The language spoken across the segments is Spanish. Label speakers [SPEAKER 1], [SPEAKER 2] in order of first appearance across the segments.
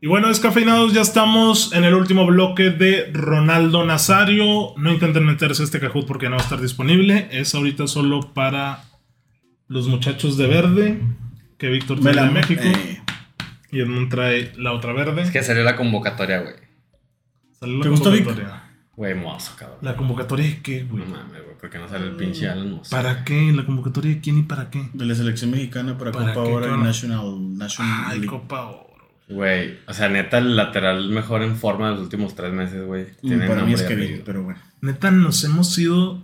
[SPEAKER 1] Y bueno, descafeinados, ya estamos en el último bloque de Ronaldo Nazario. No intenten meterse este cajut porque no va a estar disponible. Es ahorita solo para los muchachos de verde, que Víctor trae
[SPEAKER 2] Me la-
[SPEAKER 1] de México.
[SPEAKER 2] eh.
[SPEAKER 1] Y Edmund trae la otra verde.
[SPEAKER 3] Es que salió la convocatoria, güey.
[SPEAKER 1] Salió la
[SPEAKER 2] ¿Te gustó, Vic?
[SPEAKER 1] convocatoria.
[SPEAKER 3] Güey, mozo, cabrón.
[SPEAKER 1] ¿La convocatoria de qué, güey?
[SPEAKER 3] No mames, güey, porque no sale el pinche Alan Mozo.
[SPEAKER 1] ¿Para qué? ¿La convocatoria de quién y para qué?
[SPEAKER 2] De la selección mexicana para,
[SPEAKER 1] ¿Para
[SPEAKER 2] Copa
[SPEAKER 1] qué,
[SPEAKER 2] Oro y
[SPEAKER 1] cabrón?
[SPEAKER 2] National, National
[SPEAKER 1] Ay,
[SPEAKER 2] League.
[SPEAKER 1] Copa Oro.
[SPEAKER 3] Güey, o sea, neta, el lateral mejor en forma de los últimos tres meses, güey.
[SPEAKER 2] Mm,
[SPEAKER 3] Tiene
[SPEAKER 2] Para mí
[SPEAKER 3] nombre
[SPEAKER 2] es
[SPEAKER 3] y
[SPEAKER 2] Kevin,
[SPEAKER 3] apellido.
[SPEAKER 2] pero bueno.
[SPEAKER 1] Neta, nos hemos ido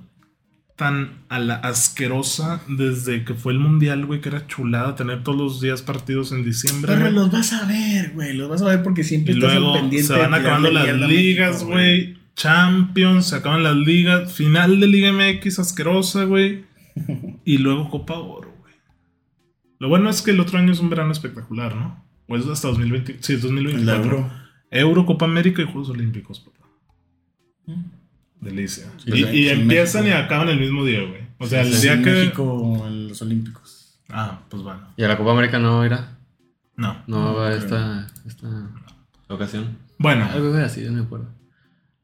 [SPEAKER 1] tan a la asquerosa desde que fue el mundial, güey, que era chulada tener todos los días partidos en diciembre.
[SPEAKER 2] Pero
[SPEAKER 1] güey.
[SPEAKER 2] los vas a ver, güey. Los vas a ver porque siempre
[SPEAKER 1] Y
[SPEAKER 2] estás al
[SPEAKER 1] luego
[SPEAKER 2] pendiente.
[SPEAKER 1] se
[SPEAKER 2] de
[SPEAKER 1] van
[SPEAKER 2] tirarle
[SPEAKER 1] acabando las
[SPEAKER 2] mierda a
[SPEAKER 1] ligas,
[SPEAKER 2] México,
[SPEAKER 1] güey. Champions, se acaban las ligas. Final de Liga MX asquerosa, güey. y luego Copa Oro, güey. Lo bueno es que el otro año es un verano espectacular, ¿no? O es hasta 2020. Sí, es
[SPEAKER 2] La
[SPEAKER 1] 2024.
[SPEAKER 2] Euro.
[SPEAKER 1] Euro, Copa América y Juegos Olímpicos, papá. Delicia.
[SPEAKER 2] Mm. Sí,
[SPEAKER 1] y
[SPEAKER 2] o sea,
[SPEAKER 1] y
[SPEAKER 2] sí,
[SPEAKER 1] empiezan
[SPEAKER 2] México.
[SPEAKER 1] y acaban el mismo día, güey. O sea, el
[SPEAKER 2] Sí,
[SPEAKER 1] día que.
[SPEAKER 2] México en los Olímpicos.
[SPEAKER 1] Ah, pues bueno.
[SPEAKER 3] ¿Y a la Copa América no irá?
[SPEAKER 1] No.
[SPEAKER 3] No va a
[SPEAKER 2] creo.
[SPEAKER 3] esta, esta ocasión.
[SPEAKER 1] Bueno,
[SPEAKER 3] Algo güey, así, no me acuerdo.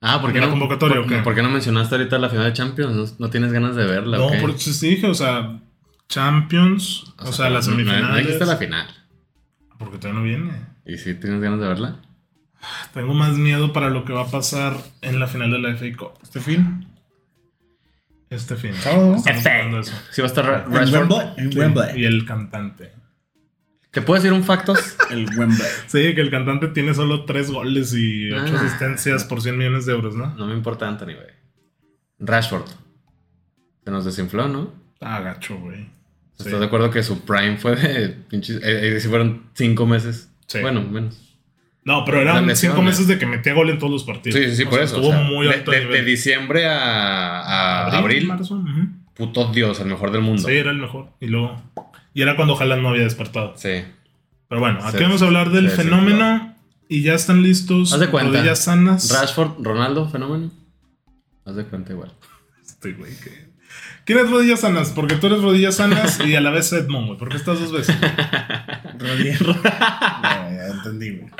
[SPEAKER 3] Ah, ¿por qué
[SPEAKER 1] ¿La
[SPEAKER 3] no?
[SPEAKER 1] convocatoria
[SPEAKER 3] por,
[SPEAKER 1] o qué?
[SPEAKER 3] por qué no mencionaste ahorita la final de Champions? ¿No, no tienes ganas de verla?
[SPEAKER 1] no,
[SPEAKER 3] o qué?
[SPEAKER 1] por eso te dije, o sea, Champions, o, sea, las
[SPEAKER 3] no- no- No
[SPEAKER 1] semifinales.
[SPEAKER 3] dijiste la final.
[SPEAKER 1] Porque todavía no viene.
[SPEAKER 3] ¿Y si tienes ganas de verla?
[SPEAKER 1] Tengo más miedo para lo que va a pasar en la final de la FA Cup
[SPEAKER 2] Este fin.
[SPEAKER 1] este fin.
[SPEAKER 2] Sábado.
[SPEAKER 1] Estamos
[SPEAKER 3] FA.
[SPEAKER 1] hablando de eso.
[SPEAKER 3] Sí, va a estar Ra-
[SPEAKER 2] En
[SPEAKER 3] Rashford.
[SPEAKER 2] Wembley. En
[SPEAKER 1] Sí,
[SPEAKER 2] Este Wembley.
[SPEAKER 1] Y el cantante.
[SPEAKER 3] ¿Te puedo decir un factos?
[SPEAKER 2] El Wembley.
[SPEAKER 1] Sí, que el cantante tiene solo tres goles y ocho
[SPEAKER 3] Ah.
[SPEAKER 1] asistencias por 100 millones de euros, ¿no?
[SPEAKER 3] No me importa, Anthony, güey. Rashford. Se nos desinfló, ¿no?
[SPEAKER 1] Ah, gacho, güey. Sí.
[SPEAKER 3] ¿Estás de acuerdo que su prime fue de pinches. Eh, eh, sí fueron cinco meses.
[SPEAKER 1] Sí.
[SPEAKER 3] Bueno, menos.
[SPEAKER 1] No, pero
[SPEAKER 3] Las
[SPEAKER 1] eran
[SPEAKER 3] lesiones.
[SPEAKER 1] cinco meses de que metía gol en todos los partidos.
[SPEAKER 3] Sí, sí, sí,
[SPEAKER 1] O
[SPEAKER 3] por
[SPEAKER 1] sea,
[SPEAKER 3] eso.
[SPEAKER 1] Estuvo
[SPEAKER 3] o sea,
[SPEAKER 1] muy
[SPEAKER 3] de-
[SPEAKER 1] alto.
[SPEAKER 3] de,
[SPEAKER 1] nivel.
[SPEAKER 3] de diciembre a, a abril,
[SPEAKER 1] marzo, ujú.
[SPEAKER 3] puto Dios, el mejor del mundo.
[SPEAKER 1] Sí, era el mejor. Y luego. Y era cuando Haaland no había despertado.
[SPEAKER 3] Sí.
[SPEAKER 1] Pero bueno, aquí
[SPEAKER 3] Se-
[SPEAKER 1] vamos a hablar del
[SPEAKER 3] se
[SPEAKER 1] fenómeno. Y ya están listos.
[SPEAKER 3] Haz de cuenta.
[SPEAKER 1] Rodillas sanas.
[SPEAKER 3] Rashford, Ronaldo, fenómeno. Haz de cuenta igual.
[SPEAKER 1] Este güey que- ¿Quién es rodillas sanas? Porque tú eres rodillas sanas y a la vez Edmond, güey. ¿Por qué estás dos veces? güey?
[SPEAKER 2] Rodríguez. no, ya entendí, güey.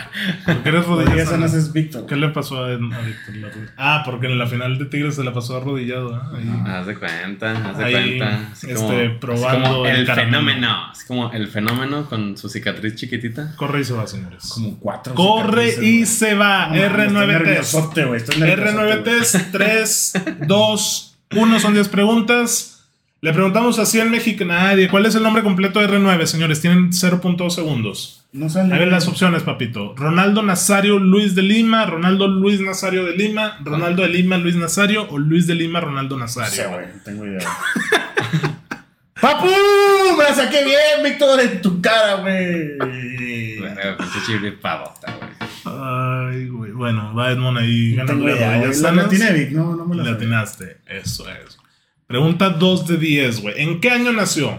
[SPEAKER 1] Porque eres rodillas
[SPEAKER 2] Rodríguez Sanas
[SPEAKER 1] sanas.
[SPEAKER 2] es Víctor.
[SPEAKER 1] ¿Qué le pasó a Edmond? a Víctor la rodilla? Ah, porque en la final de Tigres se la pasó arrodillado. ¿ah? Ahí.
[SPEAKER 3] Haz de cuenta, haz de
[SPEAKER 1] Ahí,
[SPEAKER 3] cuenta. Así
[SPEAKER 1] este,
[SPEAKER 3] como, así
[SPEAKER 1] probando
[SPEAKER 3] como
[SPEAKER 1] el
[SPEAKER 3] el
[SPEAKER 1] caramelo.
[SPEAKER 3] fenómeno. Así como el fenómeno con su cicatriz chiquitita.
[SPEAKER 1] Corre y se va, señores.
[SPEAKER 2] Como cuatro.
[SPEAKER 1] Corre y
[SPEAKER 2] cicatrices,
[SPEAKER 1] se va.
[SPEAKER 2] güey. No,
[SPEAKER 1] R9
[SPEAKER 2] mames, estoy
[SPEAKER 1] test.
[SPEAKER 2] nerviosote, güey, estoy nerviosote,
[SPEAKER 1] R9
[SPEAKER 2] güey.
[SPEAKER 1] test. 3, 2, 1. Son 10 preguntas. Le preguntamos así en México. Nadie. ¿Cuál es el nombre completo de R9, señores? Tienen 0.2 segundos.
[SPEAKER 2] No sale.
[SPEAKER 1] A ver las opciones, papito. Ronaldo Nazario Luis de Lima, Ronaldo Luis Nazario de Lima, Ronaldo de Lima Luis Nazario o Luis de Lima Ronaldo
[SPEAKER 2] No sé,
[SPEAKER 1] Nazario.
[SPEAKER 2] güey, no tengo idea. ¡Papu! Me la saqué bien, Víctor, en tu cara, güey.
[SPEAKER 3] Verga, pinche chile pavota, güey.
[SPEAKER 1] Ay, güey. Bueno, va Edmond ahí
[SPEAKER 2] No tengo
[SPEAKER 1] ganándole
[SPEAKER 2] idea,
[SPEAKER 1] a
[SPEAKER 2] güey.
[SPEAKER 1] Rodillas
[SPEAKER 2] La
[SPEAKER 1] Sanas.
[SPEAKER 2] latiné, Vic, no, no me
[SPEAKER 1] Le
[SPEAKER 2] la saqué.
[SPEAKER 1] atinaste. Eso es. Pregunta 2 de 10, güey. ¿En qué año nació?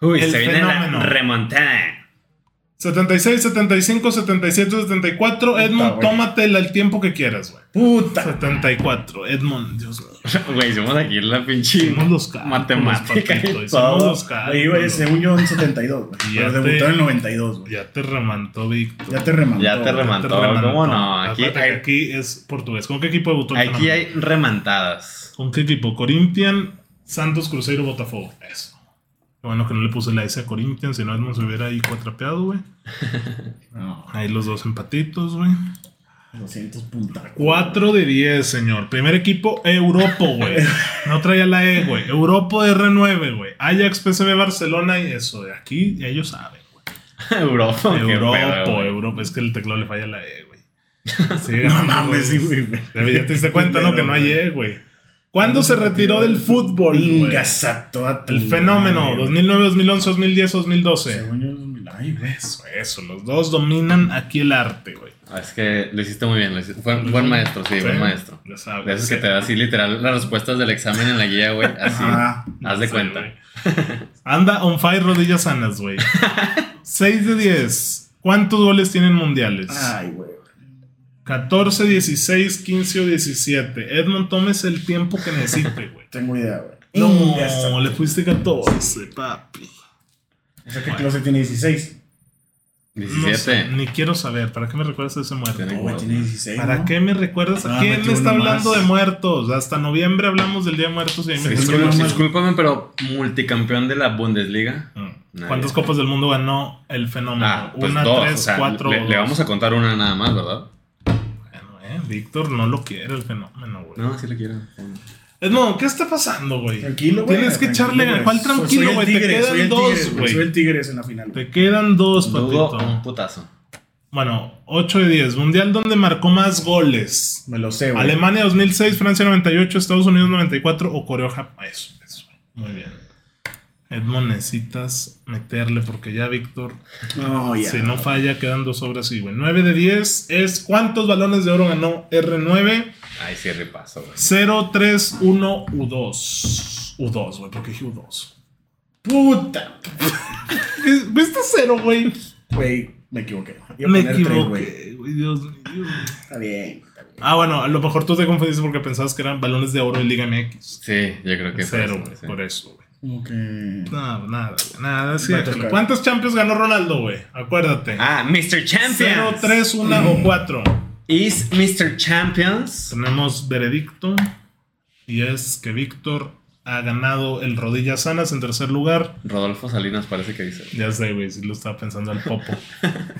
[SPEAKER 3] Uy,
[SPEAKER 1] El
[SPEAKER 3] se viene
[SPEAKER 1] fenómeno.
[SPEAKER 3] la remontada.
[SPEAKER 1] 76, 75, 77, 74. Edmond,
[SPEAKER 2] güey.
[SPEAKER 1] tómatela el tiempo que quieras, güey.
[SPEAKER 2] Puta.
[SPEAKER 1] 74. Edmond, Dios mío.
[SPEAKER 3] Güey, hicimos aquí la pinche
[SPEAKER 1] Hicimos los cálculos,
[SPEAKER 3] matemática.
[SPEAKER 1] papito, hicimos los
[SPEAKER 2] Todo. Ahí, güey,
[SPEAKER 1] cálculos.
[SPEAKER 2] según yo, en 72, güey.
[SPEAKER 1] Y
[SPEAKER 2] Pero
[SPEAKER 1] ya te-
[SPEAKER 2] debutó en el 92, güey.
[SPEAKER 1] Ya te remantó, Víctor.
[SPEAKER 2] Ya te remantó.
[SPEAKER 3] Ya te
[SPEAKER 2] güey.
[SPEAKER 3] remantó.
[SPEAKER 1] Remantó.
[SPEAKER 3] ¿Cómo no? Aquí
[SPEAKER 1] Acuérdate que
[SPEAKER 3] hay-
[SPEAKER 1] aquí es portugués. ¿Con qué equipo debutó?
[SPEAKER 3] Aquí
[SPEAKER 1] Panamá?
[SPEAKER 3] hay remantadas.
[SPEAKER 1] ¿Con qué equipo? Corinthian, Santos, Cruzeiro, Botafogo. Eso. Qué Bueno, que no le puse la S a Corinthian, si no Edmond se hubiera ahí cuatrapeado, güey.
[SPEAKER 2] No,
[SPEAKER 1] Ahí los dos empatitos, güey.
[SPEAKER 2] 200 punta.
[SPEAKER 1] 4 de 10, señor. Primer equipo, Europa, güey. No traía la E, güey. Europa R9, güey. Ajax, PSV, Barcelona y eso. De aquí, ya ellos saben, güey.
[SPEAKER 3] Europa. qué
[SPEAKER 1] Europa,
[SPEAKER 3] pedo, güey.
[SPEAKER 1] Europa. Es que el teclado le falla la E, güey. Sí,
[SPEAKER 2] No mames, sí, güey.
[SPEAKER 1] Ya ya te diste cuenta, ¿no? Que no hay E, güey. ¿Cuándo se retiró del fútbol? güey?
[SPEAKER 2] Ingasato a tu
[SPEAKER 1] El fenómeno.
[SPEAKER 2] madre, güey.
[SPEAKER 1] 2009, 2011, 2010, 2012.
[SPEAKER 2] Según yo, 2000. Ay, güey.
[SPEAKER 1] Eso, eso. Los dos dominan aquí el arte, güey.
[SPEAKER 3] Ah, Es que lo hiciste muy bien. lo hiciste- Fue buen maestro, sí, buen maestro.
[SPEAKER 1] Ya sabes.
[SPEAKER 3] De esos que te da así literal las respuestas del examen en la guía, güey. Así.
[SPEAKER 2] Ajá.
[SPEAKER 3] Haz de
[SPEAKER 1] Sí,
[SPEAKER 3] cuenta.
[SPEAKER 1] güey. Anda on fire, rodillas sanas, güey. 6 de 10. ¿Cuántos goles tienen mundiales?
[SPEAKER 2] Ay, güey.
[SPEAKER 1] 14, 16, 15 o 17. Edmond, tomes el tiempo que necesite, güey.
[SPEAKER 2] Tengo idea, güey.
[SPEAKER 1] No,
[SPEAKER 2] Ingasato.
[SPEAKER 1] le fuiste 14, papi.
[SPEAKER 2] O sea que Close tiene 16.
[SPEAKER 1] No sé,
[SPEAKER 3] 17.
[SPEAKER 1] ni quiero saber. ¿Para qué me recuerdas a ese muerto?
[SPEAKER 3] Tiene
[SPEAKER 2] No, güey,
[SPEAKER 3] cuatro.
[SPEAKER 2] tiene 16.
[SPEAKER 1] ¿Para
[SPEAKER 2] ¿no?
[SPEAKER 1] qué me recuerdas?
[SPEAKER 2] Ah,
[SPEAKER 1] ¿A quién
[SPEAKER 2] metió
[SPEAKER 1] está
[SPEAKER 2] uno
[SPEAKER 1] hablando
[SPEAKER 2] más.
[SPEAKER 1] de muertos? Hasta noviembre hablamos del Día de Muertos y ahí me
[SPEAKER 2] Sí,
[SPEAKER 1] estás
[SPEAKER 2] sí,
[SPEAKER 1] hablando
[SPEAKER 2] sí.
[SPEAKER 1] de muertos.
[SPEAKER 3] Discúlpame, pero multicampeón de la Bundesliga.
[SPEAKER 1] Mm. ¿Cuántas copas del mundo ganó el fenómeno?
[SPEAKER 3] Ah, pues
[SPEAKER 1] Una,
[SPEAKER 3] dos.
[SPEAKER 1] tres,
[SPEAKER 3] o sea,
[SPEAKER 1] cuatro.
[SPEAKER 3] le,
[SPEAKER 1] o
[SPEAKER 3] le
[SPEAKER 1] dos.
[SPEAKER 3] vamos a contar una nada más, ¿verdad?
[SPEAKER 1] Bueno, eh, Víctor no lo quiere el fenómeno, güey.
[SPEAKER 3] No, sí le quiero.
[SPEAKER 1] Edmond, ¿qué está pasando, güey?
[SPEAKER 2] Tranquilo, güey.
[SPEAKER 1] Tienes que echarle
[SPEAKER 2] tranquilo,
[SPEAKER 1] ganas. ¿Cuál
[SPEAKER 2] Soy-
[SPEAKER 1] tranquilo,
[SPEAKER 2] soy el
[SPEAKER 1] güey? Te
[SPEAKER 2] Tigres,
[SPEAKER 1] quedan
[SPEAKER 2] soy el
[SPEAKER 1] dos,
[SPEAKER 2] Tigres,
[SPEAKER 1] güey.
[SPEAKER 2] Soy el Tigres en la final. güey.
[SPEAKER 1] Te quedan dos,
[SPEAKER 3] Dudo un
[SPEAKER 1] patito.
[SPEAKER 3] putazo.
[SPEAKER 1] Bueno, 8 de 10. Mundial donde marcó más goles.
[SPEAKER 2] Me lo sé, güey.
[SPEAKER 1] Alemania 2006, Francia 98, Estados Unidos 94 o Corea Japón. Eso, eso. Muy bien. Edmond, necesitas meterle porque ya Víctor,
[SPEAKER 2] No, ya.
[SPEAKER 1] si no falla, quedan dos obras y güey. 9 de 10 es cuántos balones de oro ganó R9.
[SPEAKER 3] Ay, sí, repaso, güey.
[SPEAKER 1] 0, 3, 1, U2. U2, güey, porque dije U2.
[SPEAKER 2] Puta.
[SPEAKER 1] Eh, ¿Viste cero, güey?
[SPEAKER 2] Güey, me equivoqué. Iba a
[SPEAKER 1] Me
[SPEAKER 2] poner tres, güey.
[SPEAKER 1] equivoqué, güey. Dios mío.
[SPEAKER 2] Está bien. está bien.
[SPEAKER 1] Ah, bueno, a lo mejor tú te confundiste porque pensabas que eran balones de oro y Liga MX.
[SPEAKER 3] Sí, yo creo que fue
[SPEAKER 1] Cero,
[SPEAKER 3] eso,
[SPEAKER 1] güey,
[SPEAKER 3] sí.
[SPEAKER 1] por eso, güey.
[SPEAKER 2] Como que.
[SPEAKER 1] No, nada, güey, nada. Sí,
[SPEAKER 2] Datos
[SPEAKER 1] déjalo.
[SPEAKER 2] claros.
[SPEAKER 1] ¿Cuántos Champions ganó Ronaldo, güey? Acuérdate.
[SPEAKER 3] Ah, Mr.
[SPEAKER 1] ¿Cero,
[SPEAKER 3] Champions.
[SPEAKER 1] tres, una o cuatro?
[SPEAKER 3] Is Mr. Champions.
[SPEAKER 1] Tenemos veredicto y es que Víctor ha ganado el Rodillas Sanas en tercer lugar.
[SPEAKER 3] Rodolfo Salinas parece que dice.
[SPEAKER 1] Ya sé, güey, si lo estaba pensando al popo.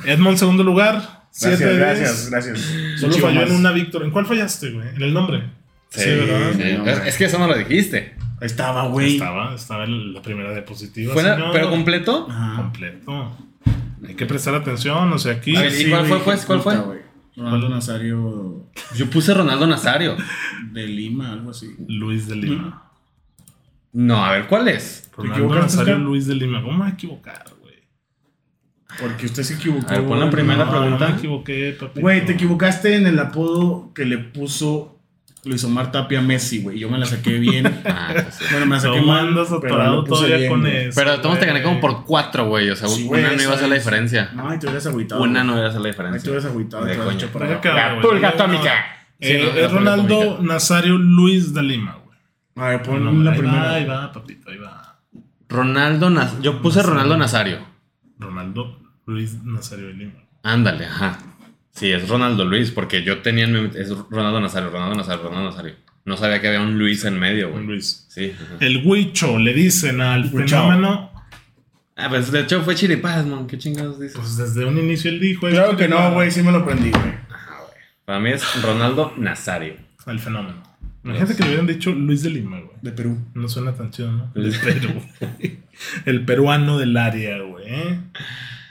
[SPEAKER 1] Edmond, segundo lugar.
[SPEAKER 2] Gracias,
[SPEAKER 1] Siete de
[SPEAKER 2] gracias,
[SPEAKER 1] diez.
[SPEAKER 2] gracias.
[SPEAKER 1] Solo
[SPEAKER 2] Mucho
[SPEAKER 1] falló
[SPEAKER 2] más.
[SPEAKER 1] en una Víctor. ¿En cuál fallaste, güey? En el nombre. Sí, ¿verdad?
[SPEAKER 3] sí.
[SPEAKER 2] No,
[SPEAKER 3] Es- Es que eso no lo dijiste.
[SPEAKER 2] Ahí estaba, güey.
[SPEAKER 1] Estaba, estaba en la primera diapositiva.
[SPEAKER 3] Fue la-
[SPEAKER 1] señor.
[SPEAKER 3] pero completo.
[SPEAKER 2] Ajá.
[SPEAKER 1] Ah. completo. Hay que prestar atención, o sea, aquí.
[SPEAKER 3] A ver, ¿y cuál
[SPEAKER 2] güey,
[SPEAKER 3] fue,
[SPEAKER 2] qué
[SPEAKER 3] pues? ¿Cuál
[SPEAKER 2] puta,
[SPEAKER 3] fue?
[SPEAKER 2] güey. Ronaldo Nazario
[SPEAKER 3] Yo puse Ronaldo Nazario.
[SPEAKER 2] de Lima, algo así.
[SPEAKER 1] Luis de
[SPEAKER 3] Mm.
[SPEAKER 1] Lima.
[SPEAKER 3] No, a ver, ¿cuál es?
[SPEAKER 1] Ronaldo
[SPEAKER 2] equivocaste,
[SPEAKER 1] Nazario
[SPEAKER 2] Oscar?
[SPEAKER 1] Luis de Lima. ¿Cómo me voy a equivocar, güey?
[SPEAKER 2] Porque usted se equivocó.
[SPEAKER 3] A ver, pon la
[SPEAKER 2] güey.
[SPEAKER 3] primera
[SPEAKER 1] No,
[SPEAKER 3] pregunta.
[SPEAKER 1] No me equivoqué, papito.
[SPEAKER 2] Güey, te equivocaste en el apodo que le puso Luis Omar Tapia a Messi, güey. Yo me la saqué bien.
[SPEAKER 3] Ah, pues sí.
[SPEAKER 2] bueno, me la
[SPEAKER 1] No
[SPEAKER 2] saqué mal.
[SPEAKER 1] mandas
[SPEAKER 2] pero la
[SPEAKER 1] atorado
[SPEAKER 2] puse
[SPEAKER 1] todavía
[SPEAKER 2] bien,
[SPEAKER 1] con
[SPEAKER 2] güey.
[SPEAKER 1] eso.
[SPEAKER 3] Pero todos te gané
[SPEAKER 1] güey.
[SPEAKER 3] como por cuatro, güey. O sea,
[SPEAKER 2] Sí, güey,
[SPEAKER 3] una no iba a
[SPEAKER 2] esa
[SPEAKER 3] hacer la
[SPEAKER 2] es.
[SPEAKER 3] diferencia.
[SPEAKER 2] No, y te hubieras agüitado.
[SPEAKER 3] Una
[SPEAKER 2] güey.
[SPEAKER 3] no iba a hacer la
[SPEAKER 2] Ay, te
[SPEAKER 3] diferencia.
[SPEAKER 2] hubieras agüitado.
[SPEAKER 3] De
[SPEAKER 2] te hubieras
[SPEAKER 3] coña.
[SPEAKER 2] hecho para
[SPEAKER 1] Deja que
[SPEAKER 2] abajo.
[SPEAKER 1] hable,
[SPEAKER 3] La
[SPEAKER 1] güey.
[SPEAKER 3] pulga
[SPEAKER 1] No, no.
[SPEAKER 3] atómica. Sí,
[SPEAKER 1] Eh,
[SPEAKER 3] no, la
[SPEAKER 1] es
[SPEAKER 3] pulga
[SPEAKER 1] Ronaldo
[SPEAKER 3] atómica.
[SPEAKER 1] Nazario Luis de Lima, güey.
[SPEAKER 2] A ver, pon
[SPEAKER 1] No,
[SPEAKER 2] la
[SPEAKER 1] ahí
[SPEAKER 2] primera.
[SPEAKER 1] va, ahí va, papito, ahí va.
[SPEAKER 3] Ronaldo Naz- Yo puse Ronaldo Nazario.
[SPEAKER 1] Ronaldo Luis Nazario de Lima.
[SPEAKER 3] Ándale, ajá. Sí, es Ronaldo Luis, porque yo tenía en mi- Es Ronaldo Nazario, Ronaldo Nazario, Ronaldo Nazario. No sabía que había un Luis en medio,
[SPEAKER 1] Un
[SPEAKER 3] güey.
[SPEAKER 1] Luis.
[SPEAKER 3] Sí. ajá.
[SPEAKER 1] El huicho le dicen al
[SPEAKER 2] Huicho.
[SPEAKER 1] fenómeno.
[SPEAKER 3] Ah, pues de hecho fue Chiripaz, man. ¿Qué chingados dices?
[SPEAKER 1] Pues desde un inicio él dijo. es
[SPEAKER 2] Claro que
[SPEAKER 1] chiripa-
[SPEAKER 2] no, güey. Sí me lo aprendí, güey.
[SPEAKER 3] Para mí es Ronaldo Nazario.
[SPEAKER 1] Al fenómeno. Imagínate que le hubieran dicho Luis de Lima, güey.
[SPEAKER 2] De Perú.
[SPEAKER 1] No suena tan chido, ¿no? El Perú. el peruano del área, güey. ¿eh?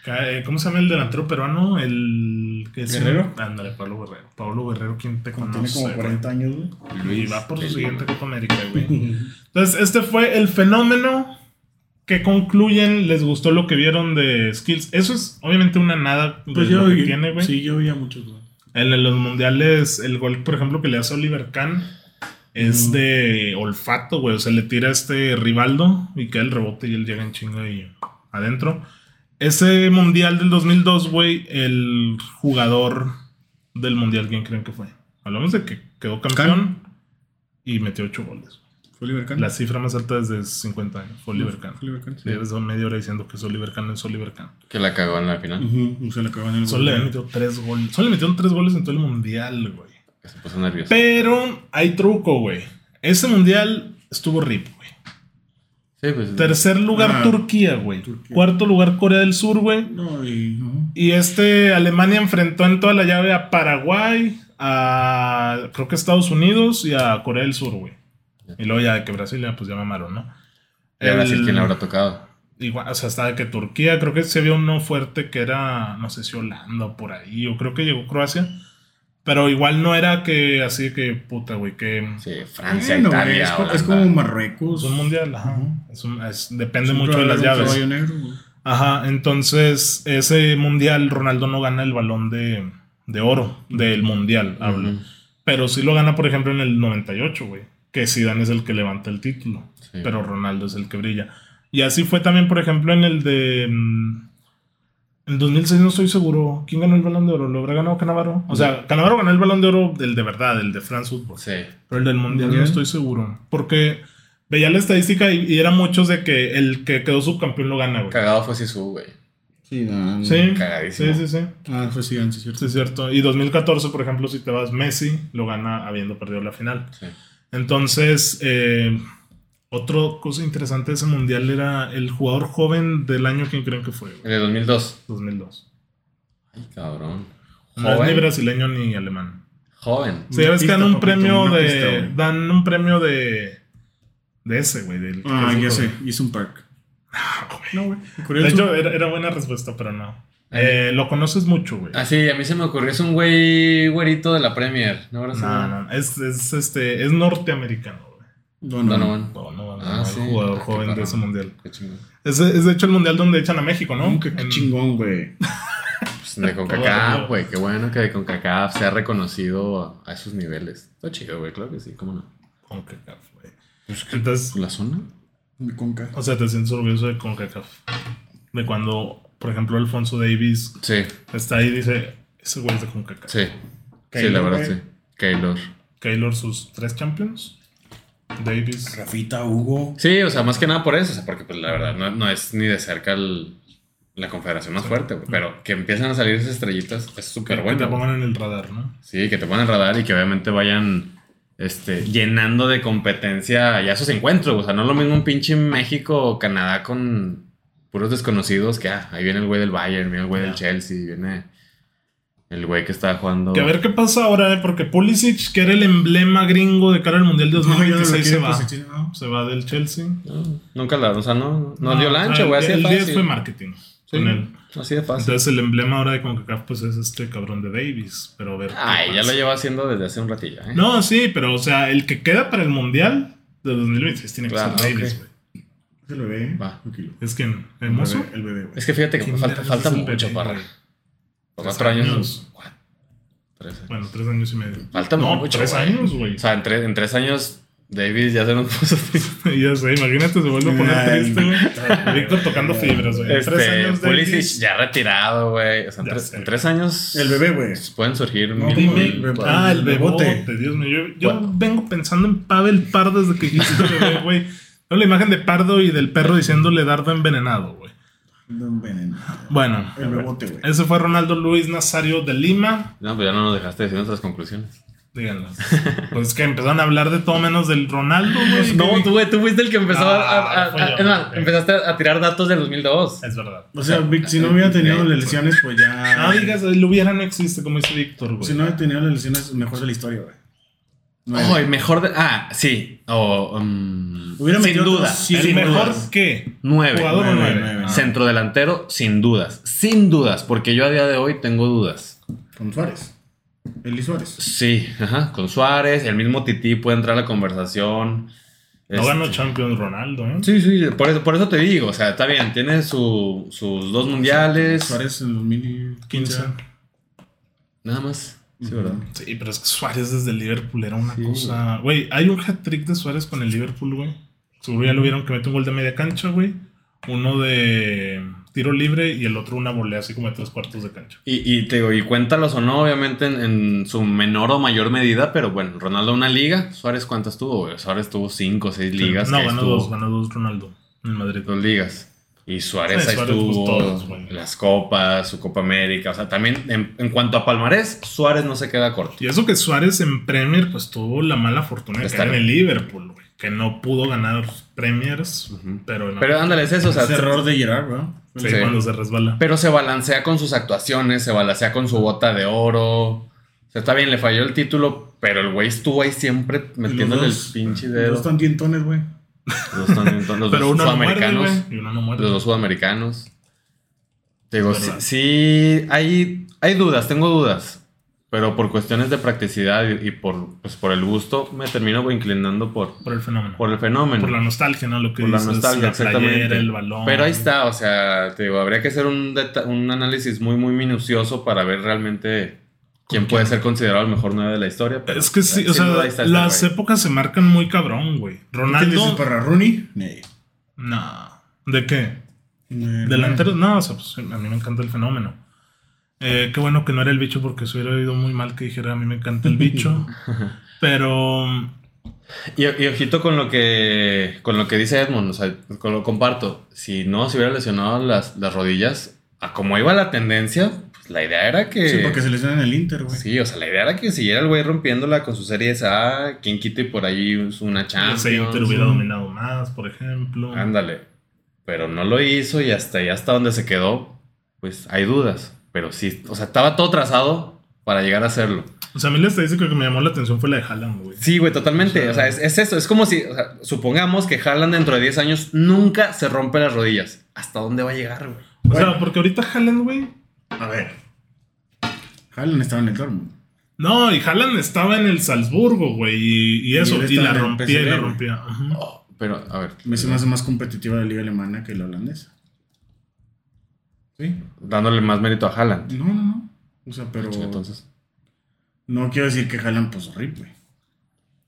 [SPEAKER 1] Ca- eh, ¿Cómo se llama el delantero peruano? El. que es-
[SPEAKER 2] ¿Guerrero?
[SPEAKER 1] Ándale, Pablo Guerrero. Pablo Guerrero, ¿quién te
[SPEAKER 2] Tiene
[SPEAKER 1] conoce?
[SPEAKER 2] como
[SPEAKER 1] güey?
[SPEAKER 2] 40 años, güey.
[SPEAKER 1] Y va por
[SPEAKER 3] de
[SPEAKER 1] su siguiente
[SPEAKER 3] Lima.
[SPEAKER 1] Copa América, güey. Entonces, este fue el fenómeno que concluyen. ¿Les gustó lo que vieron de Skills? Eso es obviamente una nada de
[SPEAKER 2] Pues
[SPEAKER 1] lo
[SPEAKER 2] yo
[SPEAKER 1] que tiene, güey.
[SPEAKER 2] Sí, yo veía muchos, güey.
[SPEAKER 1] En el- los mundiales, el gol, por ejemplo, que le hace Oliver Kahn es
[SPEAKER 2] Mm.
[SPEAKER 1] de olfato, güey. O sea, le tira a este Rivaldo y queda el rebote y él llega en chinga y adentro. Ese mundial del 2002, güey, el jugador del mundial, ¿quién creen que fue? Hablamos de que quedó campeón y metió 8 goles.
[SPEAKER 2] ¿Fue Oliver Kahn?
[SPEAKER 1] La cifra más alta desde 50 años fue Oliver Kahn.
[SPEAKER 2] Fue Oliver Kahn, sí.
[SPEAKER 1] Llevas media hora diciendo que es Oliver Kahn, no es Oliver Kahn.
[SPEAKER 3] Que la cagó en la final.
[SPEAKER 2] Ujú, Se le acaban el
[SPEAKER 1] Solo le
[SPEAKER 2] gol.
[SPEAKER 1] habían metido 3 goles. Solo le metieron 3 goles en todo el mundial, güey.
[SPEAKER 3] Que se puso nervioso.
[SPEAKER 1] Pero hay truco, güey. Ese mundial estuvo rip, güey.
[SPEAKER 3] Sí, pues.
[SPEAKER 1] Tercer lugar,
[SPEAKER 2] Ah,
[SPEAKER 1] Turquía, güey.
[SPEAKER 2] Turquía.
[SPEAKER 1] Cuarto lugar, Corea del Sur, güey.
[SPEAKER 2] No, y. no.
[SPEAKER 1] Y este, Alemania enfrentó en toda la llave a Paraguay, a creo que Estados Unidos y a Corea del Sur, güey. Y luego ya de que Brasil, ya, pues ya mamaron, ¿no?
[SPEAKER 3] Y a Brasil,
[SPEAKER 1] El-
[SPEAKER 3] ¿quién le habrá tocado?
[SPEAKER 1] Igual, o sea, hasta de que Turquía, creo que se vio uno fuerte que era, no sé si Holanda o por ahí, o creo que llegó Croacia. Pero igual no era que así que puta, güey, que
[SPEAKER 3] Sí, Francia,
[SPEAKER 2] Bueno, güey,
[SPEAKER 3] Italia.
[SPEAKER 2] es co- es,
[SPEAKER 3] Holanda.
[SPEAKER 2] como Marruecos.
[SPEAKER 1] Es un mundial, ajá.
[SPEAKER 2] Ujú.
[SPEAKER 1] Es un- es- depende
[SPEAKER 2] Siempre
[SPEAKER 1] mucho
[SPEAKER 2] va
[SPEAKER 1] de
[SPEAKER 2] a
[SPEAKER 1] las
[SPEAKER 2] haber un
[SPEAKER 1] llaves.
[SPEAKER 2] caballo negro, güey.
[SPEAKER 1] Ajá, entonces ese mundial Ronaldo no gana el balón de, de oro del mundial, hablo.
[SPEAKER 3] Ujú.
[SPEAKER 1] Pero sí lo gana, por ejemplo, en el 98, güey. Que Zidane es el que levanta el título,
[SPEAKER 3] Sí.
[SPEAKER 1] pero Ronaldo es el que brilla. Y así fue también, por ejemplo, en el de... mm, En 2006 no estoy seguro. ¿Quién ganó el balón de oro? ¿Lo habrá ganado Canavaro? O sea, Canavaro ganó el balón de oro del de verdad, el de France Football.
[SPEAKER 3] Sí.
[SPEAKER 1] Pero el del mundial no
[SPEAKER 2] Mundial.
[SPEAKER 1] estoy seguro. Porque veía la estadística y, y era muchos de que el que quedó subcampeón lo gana, güey.
[SPEAKER 3] Cagado fue Sisu, güey.
[SPEAKER 2] Sí, no, no.
[SPEAKER 1] Sí,
[SPEAKER 3] Cagadísimo.
[SPEAKER 1] sí, sí, sí.
[SPEAKER 2] Ah, fue gigante, ¿cierto?
[SPEAKER 1] Sí, es cierto. Y 2014, por ejemplo, si te vas Messi, lo gana habiendo perdido la final.
[SPEAKER 3] Sí.
[SPEAKER 1] Entonces, eh, otra cosa interesante de ese mundial era el jugador joven del año, ¿quién creen que fue? güey?
[SPEAKER 3] El de 2002.
[SPEAKER 1] 2002.
[SPEAKER 3] Ay, cabrón.
[SPEAKER 1] No es ni
[SPEAKER 3] Joven.
[SPEAKER 1] brasileño ni alemán.
[SPEAKER 3] Joven.
[SPEAKER 1] Sí, ves que
[SPEAKER 2] pista,
[SPEAKER 1] dan un
[SPEAKER 2] papito,
[SPEAKER 1] premio
[SPEAKER 2] una
[SPEAKER 1] de.
[SPEAKER 2] pista, güey.
[SPEAKER 1] dan un premio de. de ese, güey. del-
[SPEAKER 2] Ah,
[SPEAKER 1] del
[SPEAKER 2] ya sé,
[SPEAKER 1] joven.
[SPEAKER 2] hizo un park. No, Ah, güey.
[SPEAKER 1] De
[SPEAKER 2] Curioso.
[SPEAKER 1] hecho, era, era buena respuesta, pero no. Eh, lo conoces mucho, güey.
[SPEAKER 3] Ah, sí, a mí se me ocurrió. Es un güey güerito de la Premier. No, ahora sí.
[SPEAKER 1] No, no, es, es, este, es norteamericano, güey.
[SPEAKER 2] Donovan.
[SPEAKER 3] Donovan.
[SPEAKER 1] No, no, no,
[SPEAKER 3] Ah,
[SPEAKER 1] no,
[SPEAKER 3] sí.
[SPEAKER 1] el jugador
[SPEAKER 3] Ah, qué
[SPEAKER 1] joven de
[SPEAKER 3] perro.
[SPEAKER 1] ese mundial.
[SPEAKER 3] Qué chingón.
[SPEAKER 1] Es, es de hecho el mundial donde echan a México, ¿no?
[SPEAKER 2] No, qué, qué
[SPEAKER 1] En-
[SPEAKER 2] chingón, güey.
[SPEAKER 3] Pues de
[SPEAKER 1] Todo,
[SPEAKER 3] CONCACAF,
[SPEAKER 1] todo.
[SPEAKER 3] güey. Qué bueno que de CONCACAF sea reconocido a, a esos niveles. Está chido, güey. Claro que sí. ¿Cómo no?
[SPEAKER 1] CONCACAF, güey. Entonces,
[SPEAKER 3] ¿La zona?
[SPEAKER 2] Mi conca.
[SPEAKER 1] o sea, te sientes orgulloso de CONCACAF. De cuando, por ejemplo, Alfonso Davis
[SPEAKER 3] Sí,
[SPEAKER 1] está ahí y dice, ese güey es de CONCACAF.
[SPEAKER 3] sí. Sí, la
[SPEAKER 2] Keylor,
[SPEAKER 3] verdad,
[SPEAKER 2] güey.
[SPEAKER 3] sí. Keylor.
[SPEAKER 1] Keylor, sus tres champions. Davis.
[SPEAKER 2] Rafita, Hugo.
[SPEAKER 3] Sí, o sea, más que nada por eso. O sea, porque pues, la verdad no, no es ni de cerca el- la confederación más fuerte, güey. Pero que empiezan a salir esas estrellitas es súper
[SPEAKER 1] que
[SPEAKER 3] bueno.
[SPEAKER 1] te
[SPEAKER 3] güey.
[SPEAKER 1] pongan en el radar, ¿no?
[SPEAKER 3] Sí, que te pongan el radar y que obviamente vayan este, llenando de competencia ya esos encuentros. O sea, no es lo mismo un pinche México o Canadá con puros desconocidos que ah, ahí viene el güey del Bayern, viene el güey del
[SPEAKER 1] Ya.
[SPEAKER 3] Chelsea, viene el güey que está jugando.
[SPEAKER 1] Que a ver qué pasa ahora, ¿eh? porque Pulisic, que era el emblema gringo de cara al Mundial de 2026, se va. Se va del Chelsea.
[SPEAKER 3] No, nunca la, o sea, no, no dio
[SPEAKER 1] o sea,
[SPEAKER 3] lancha, güey, así
[SPEAKER 1] Ah, el-
[SPEAKER 3] de
[SPEAKER 1] El 10
[SPEAKER 3] fácil.
[SPEAKER 1] fue marketing
[SPEAKER 3] Sí, Ah,
[SPEAKER 1] con él.
[SPEAKER 3] así de fácil.
[SPEAKER 1] Entonces el emblema ahora de CONCACAF pues es este cabrón de Davis, pero a ver. qué
[SPEAKER 3] Ay, ya
[SPEAKER 1] pasa.
[SPEAKER 3] lo lleva haciendo desde hace un ratillo, ¿eh?
[SPEAKER 1] pues, No, sí, pero o sea, el que queda para el Mundial de 2026 tiene que
[SPEAKER 3] Claro,
[SPEAKER 1] ser
[SPEAKER 3] ok.
[SPEAKER 1] Davis, güey.
[SPEAKER 2] El bebé.
[SPEAKER 3] Va.
[SPEAKER 2] Tranquilo.
[SPEAKER 1] Es que
[SPEAKER 2] El
[SPEAKER 1] hermoso.
[SPEAKER 2] bebé, el bebé, güey.
[SPEAKER 3] Es que fíjate que
[SPEAKER 1] ¿Quién
[SPEAKER 3] falta,
[SPEAKER 1] vergas
[SPEAKER 3] falta
[SPEAKER 1] es el
[SPEAKER 3] mucho
[SPEAKER 1] Pelé,
[SPEAKER 3] para.
[SPEAKER 1] güey? Tres
[SPEAKER 3] Para cuatro años.
[SPEAKER 1] años.
[SPEAKER 3] ¿cuál? Tres años.
[SPEAKER 1] Bueno, tres años y medio.
[SPEAKER 3] Falta
[SPEAKER 1] no,
[SPEAKER 3] mucho,
[SPEAKER 1] tres
[SPEAKER 3] güey.
[SPEAKER 1] años, güey.
[SPEAKER 3] O sea, en, tres- en tres años, Davis ya se nos puso triste.
[SPEAKER 1] ya sé, imagínate, se vuelve a poner
[SPEAKER 2] Ay,
[SPEAKER 1] triste,
[SPEAKER 2] no.
[SPEAKER 1] güey. Víctor tocando fibras, güey. En tres
[SPEAKER 3] Este,
[SPEAKER 1] años
[SPEAKER 3] Pulisic
[SPEAKER 1] Davis.
[SPEAKER 3] ya retirado, güey. O sea, en,
[SPEAKER 1] Ya
[SPEAKER 3] tres,
[SPEAKER 1] sé.
[SPEAKER 3] en tres años.
[SPEAKER 2] El bebé, güey.
[SPEAKER 3] Pueden surgir
[SPEAKER 2] No,
[SPEAKER 3] mil.
[SPEAKER 2] ¿cómo
[SPEAKER 3] mil-
[SPEAKER 2] no?
[SPEAKER 3] cosas.
[SPEAKER 1] Ah, el
[SPEAKER 2] Bebote.
[SPEAKER 1] bebote. Dios mío, yo, yo vengo pensando en Pavel Par desde que hiciste bebé, güey. No, la imagen de Pardo y del perro diciéndole dardo envenenado, güey.
[SPEAKER 2] Don Benen.
[SPEAKER 1] Bueno,
[SPEAKER 2] El bebote, güey.
[SPEAKER 1] ese fue Ronaldo Luis Nazario de Lima.
[SPEAKER 3] No, pues ya no nos dejaste decir nuestras conclusiones.
[SPEAKER 1] Díganlo. Pues es que empezaron a hablar de todo menos del Ronaldo, güey.
[SPEAKER 3] No, tú, güey, tú fuiste el que empezó
[SPEAKER 1] Ah,
[SPEAKER 3] a. a-
[SPEAKER 1] fui
[SPEAKER 3] a-
[SPEAKER 1] yo.
[SPEAKER 3] es más, empezaste a tirar datos del 2002.
[SPEAKER 1] Es verdad.
[SPEAKER 2] O sea, Vic, si no hubiera tenido las lesiones, pues ya.
[SPEAKER 1] No Ah, digas, el hubiera no existe, como dice Víctor, güey.
[SPEAKER 2] Si no hubiera tenido las lesiones, mejor de la historia, güey. No hay-
[SPEAKER 3] Ay, Oh, mejor de. Ah, sí. O. um,
[SPEAKER 2] Hubiera
[SPEAKER 3] sin
[SPEAKER 2] metido
[SPEAKER 3] duda.
[SPEAKER 2] otros
[SPEAKER 1] ¿Y
[SPEAKER 2] cien
[SPEAKER 1] el
[SPEAKER 2] sin
[SPEAKER 1] mejor
[SPEAKER 2] dudas.
[SPEAKER 1] qué?
[SPEAKER 3] Nueve.
[SPEAKER 1] Jugador o
[SPEAKER 2] Nueve,
[SPEAKER 1] nueve.
[SPEAKER 2] nueve.
[SPEAKER 1] Ah.
[SPEAKER 3] Centrodelantero, sin dudas. Sin dudas, porque yo a día de hoy tengo dudas.
[SPEAKER 2] Con Suárez. Eli Suárez.
[SPEAKER 3] Sí, ajá, con Suárez, el mismo Tití puede entrar a la conversación.
[SPEAKER 1] No
[SPEAKER 3] Este,
[SPEAKER 1] ganó Champions Ronaldo, ¿eh?
[SPEAKER 3] Sí, sí, por eso, por eso te digo, o sea, está bien, tiene su- sus dos mundiales.
[SPEAKER 2] Suárez en 2015.
[SPEAKER 1] 15.
[SPEAKER 3] Nada más. Sí,
[SPEAKER 2] Ujú.
[SPEAKER 3] ¿verdad?
[SPEAKER 1] Sí, pero es que Suárez desde el Liverpool era una
[SPEAKER 3] Sí.
[SPEAKER 1] cosa. Güey, hay un hat trick de Suárez con el Liverpool, güey. Seguro ya lo vieron que mete un gol de media cancha, güey. Uno de tiro libre y el otro una volea así como de tres cuartos de cancha.
[SPEAKER 3] Y, y te digo, y cuéntalos o no, obviamente en, en su menor o mayor medida, pero bueno, Ronaldo una liga, Suárez cuántas tuvo, güey? Suárez tuvo cinco o seis ligas.
[SPEAKER 1] No,
[SPEAKER 3] que
[SPEAKER 1] ganó
[SPEAKER 3] estuvo-
[SPEAKER 1] dos, ganó dos Ronaldo en Madrid.
[SPEAKER 3] dos ligas. Y Suárez
[SPEAKER 1] Sí,
[SPEAKER 3] ahí
[SPEAKER 1] Suárez,
[SPEAKER 3] estuvo
[SPEAKER 1] pues, todos, güey.
[SPEAKER 3] las copas, su Copa América, o sea, también en, en cuanto a palmarés, Suárez no se queda corto.
[SPEAKER 1] Y eso que Suárez en Premier, pues tuvo la mala fortuna de
[SPEAKER 3] Está
[SPEAKER 1] estar en
[SPEAKER 3] bien.
[SPEAKER 1] el Liverpool, güey. Que no pudo ganar Premiers,
[SPEAKER 3] Ujú.
[SPEAKER 1] pero, en-
[SPEAKER 3] Pero ándale, es eso, o sea,
[SPEAKER 2] Ese error de Gerard, bro.
[SPEAKER 1] sí,
[SPEAKER 3] sí.
[SPEAKER 1] cuando se resbala.
[SPEAKER 3] Pero se balancea con sus actuaciones, se balancea con su bota de oro. O sea, está bien, le falló el título, pero el güey estuvo ahí siempre
[SPEAKER 2] Los
[SPEAKER 3] metiéndole el
[SPEAKER 2] dos-
[SPEAKER 3] pinche
[SPEAKER 2] los
[SPEAKER 3] dedo.
[SPEAKER 2] Dos están dientones, güey.
[SPEAKER 3] Los, dos- los
[SPEAKER 1] Pero
[SPEAKER 3] dos
[SPEAKER 1] uno no muerde,
[SPEAKER 3] sudamericanos.
[SPEAKER 1] güey. Y uno no muerde.
[SPEAKER 3] los dos sudamericanos. Te digo,
[SPEAKER 1] Es
[SPEAKER 3] sí,
[SPEAKER 1] verdad.
[SPEAKER 3] sí, hay, hay dudas, tengo dudas. Pero por cuestiones de practicidad y, y por, pues, por el gusto, me termino inclinando por,
[SPEAKER 1] Por el fenómeno.
[SPEAKER 3] por el fenómeno.
[SPEAKER 1] Por la nostalgia, ¿no? Lo que
[SPEAKER 3] Por la
[SPEAKER 1] dices,
[SPEAKER 3] nostalgia,
[SPEAKER 1] la playera,
[SPEAKER 3] exactamente.
[SPEAKER 1] el balón.
[SPEAKER 3] Pero ahí está, o sea, te digo, habría que hacer un, deta- un análisis muy, muy minucioso para ver realmente quién puede ser considerado el mejor 9 de la historia. pero,
[SPEAKER 1] Es que sí,
[SPEAKER 3] eh,
[SPEAKER 1] o
[SPEAKER 3] sin duda
[SPEAKER 1] sea,
[SPEAKER 3] ahí está este
[SPEAKER 1] las
[SPEAKER 3] güey.
[SPEAKER 1] épocas se marcan muy cabrón, güey.
[SPEAKER 2] ¿Qué dices
[SPEAKER 1] Ronaldo.
[SPEAKER 2] para Rooney? Nee.
[SPEAKER 1] No. ¿De qué?
[SPEAKER 2] Eh,
[SPEAKER 1] Delanteros. No, o sea, pues, a mí me encanta el fenómeno. Eh, qué bueno que no era el bicho porque se hubiera oído muy mal que dijera a mí me encanta el bicho. Pero
[SPEAKER 3] Y, y ojito con lo que con lo que dice Edmond, o sea, con lo comparto. Si no se hubiera lesionado las, las rodillas, a como iba la tendencia, pues la idea era que.
[SPEAKER 4] Sí, porque se lesionan el Inter, güey.
[SPEAKER 3] Sí, o sea, la idea era que siguiera el güey rompiéndola con sus series A, quien quite por ahí una Champions.
[SPEAKER 1] Ese Inter hubiera dominado más, por ejemplo.
[SPEAKER 3] Ándale. Pero no lo hizo y hasta, y hasta donde se quedó, pues hay dudas. Pero sí, o sea, estaba todo trazado para llegar a hacerlo.
[SPEAKER 1] O sea, a mí la estadística que me llamó la atención fue la de Haaland, güey.
[SPEAKER 3] Sí, güey, totalmente. O sea, es, es eso. Es como si, o sea, supongamos que Haaland dentro de 10 años nunca se rompe las rodillas. ¿Hasta dónde va a llegar, güey?
[SPEAKER 1] O sea, porque ahorita Haaland, güey.
[SPEAKER 2] A ver.
[SPEAKER 4] Haaland estaba en el Dortmund.
[SPEAKER 1] No, y Haaland estaba en el Salzburgo, güey. Y, y eso,
[SPEAKER 4] él
[SPEAKER 1] y,
[SPEAKER 4] estaba
[SPEAKER 1] la
[SPEAKER 4] en el
[SPEAKER 1] rompía, y
[SPEAKER 4] PSV,
[SPEAKER 1] la
[SPEAKER 4] güey.
[SPEAKER 1] rompía. Ajá.
[SPEAKER 3] Oh, pero, a ver,
[SPEAKER 4] Me se me hace más competitiva la liga alemana que la holandesa. Sí.
[SPEAKER 3] dándole más mérito a Haaland.
[SPEAKER 4] No, no, no. O sea, pero.
[SPEAKER 3] Entonces,
[SPEAKER 4] No quiero decir que Haaland, pues horrible, güey.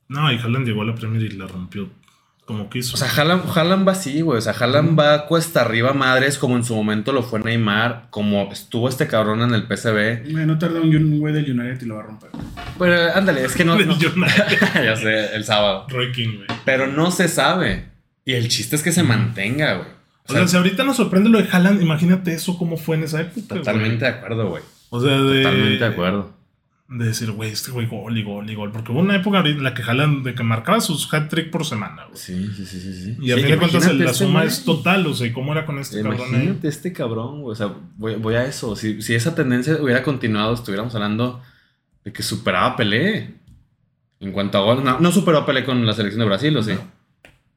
[SPEAKER 1] No, y Haaland llegó a la Premier y la rompió como quiso.
[SPEAKER 3] o sea, Haaland, Haaland va así, güey. O sea, Haaland va cuesta arriba a madres, como en su momento lo fue Neymar, como estuvo este cabrón en el PCB.
[SPEAKER 4] Güey, No tarda un un güey del United y lo va a romper.
[SPEAKER 3] Pero ándale, es que no.
[SPEAKER 1] Del
[SPEAKER 3] no-
[SPEAKER 1] United.
[SPEAKER 3] ya sé, el sábado.
[SPEAKER 1] Roy King, güey.
[SPEAKER 3] Pero no se sabe. Y el chiste es que se mantenga, güey.
[SPEAKER 1] O sea, si ahorita nos sorprende lo de Haaland, imagínate eso cómo fue en esa época. güey. Eh,
[SPEAKER 3] totalmente de acuerdo, güey.
[SPEAKER 1] O sea, de.
[SPEAKER 3] Totalmente de acuerdo.
[SPEAKER 1] De decir, güey, este güey gol y gol y gol. Porque hubo una época ahorita en la que Haaland de que marcaba sus hat trick por semana, güey.
[SPEAKER 3] Sí, sí, sí, sí. sí.
[SPEAKER 1] Y a
[SPEAKER 3] Sí,
[SPEAKER 1] fin de cuentas
[SPEAKER 3] imagínate
[SPEAKER 1] la
[SPEAKER 3] este
[SPEAKER 1] suma
[SPEAKER 3] güey.
[SPEAKER 1] es total, o sea, ¿y cómo era con este cabrón ahí?
[SPEAKER 3] Imagínate este cabrón, güey. O sea, voy, voy a eso. Si, si esa tendencia hubiera continuado, estuviéramos hablando de que superaba a Pelé. En cuanto a gol, no, no superó a Pelé con la selección de Brasil, ¿o sí?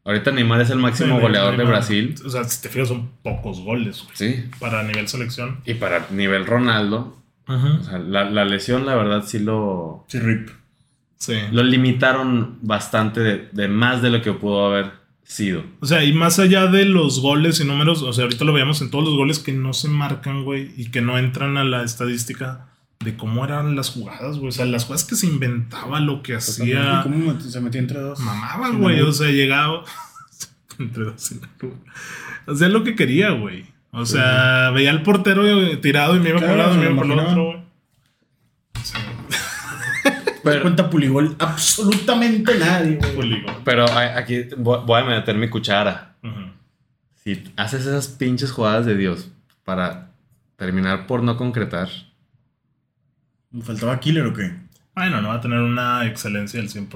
[SPEAKER 3] Ahorita Neymar es el máximo
[SPEAKER 1] Sí,
[SPEAKER 3] goleador de
[SPEAKER 1] Neymar.
[SPEAKER 3] Brasil.
[SPEAKER 1] O sea, si te fijas, son pocos goles, güey.
[SPEAKER 3] Sí.
[SPEAKER 1] Para nivel selección.
[SPEAKER 3] Y para nivel Ronaldo, o sea, la, la lesión, la verdad, sí lo,
[SPEAKER 4] Sí, rip.
[SPEAKER 1] Sí.
[SPEAKER 3] lo limitaron bastante de, de más de lo que pudo haber sido.
[SPEAKER 1] O sea, y más allá de los goles y números, o sea, ahorita lo veíamos en todos los goles que no se marcan, güey, y que no entran a la estadística de cómo eran las jugadas, güey. O sea, las jugadas que se inventaba, lo que
[SPEAKER 4] Pues,
[SPEAKER 1] hacía.
[SPEAKER 4] ¿Cómo met- se metió entre dos?
[SPEAKER 1] Mamaba,
[SPEAKER 4] Sí,
[SPEAKER 1] güey.
[SPEAKER 4] no.
[SPEAKER 1] O sea, llegaba. Entre dos y la luna. Hacía lo que quería, güey. O sea, veía al portero eh, tirado y me iba por un
[SPEAKER 4] Claro,
[SPEAKER 1] lado y me
[SPEAKER 4] se
[SPEAKER 1] iba por el
[SPEAKER 4] imaginaba.
[SPEAKER 1] otro, güey. Sí,
[SPEAKER 3] Pero-
[SPEAKER 4] cuenta Puligol absolutamente nadie, güey.
[SPEAKER 1] poligón.
[SPEAKER 3] Pero a- aquí voy voy a meter mi cuchara.
[SPEAKER 1] Ujú.
[SPEAKER 3] Si haces esas pinches jugadas de Dios para terminar por no concretar.
[SPEAKER 4] ¿Me faltaba Killer o qué?
[SPEAKER 1] Bueno, no va a tener una excelencia del 100%.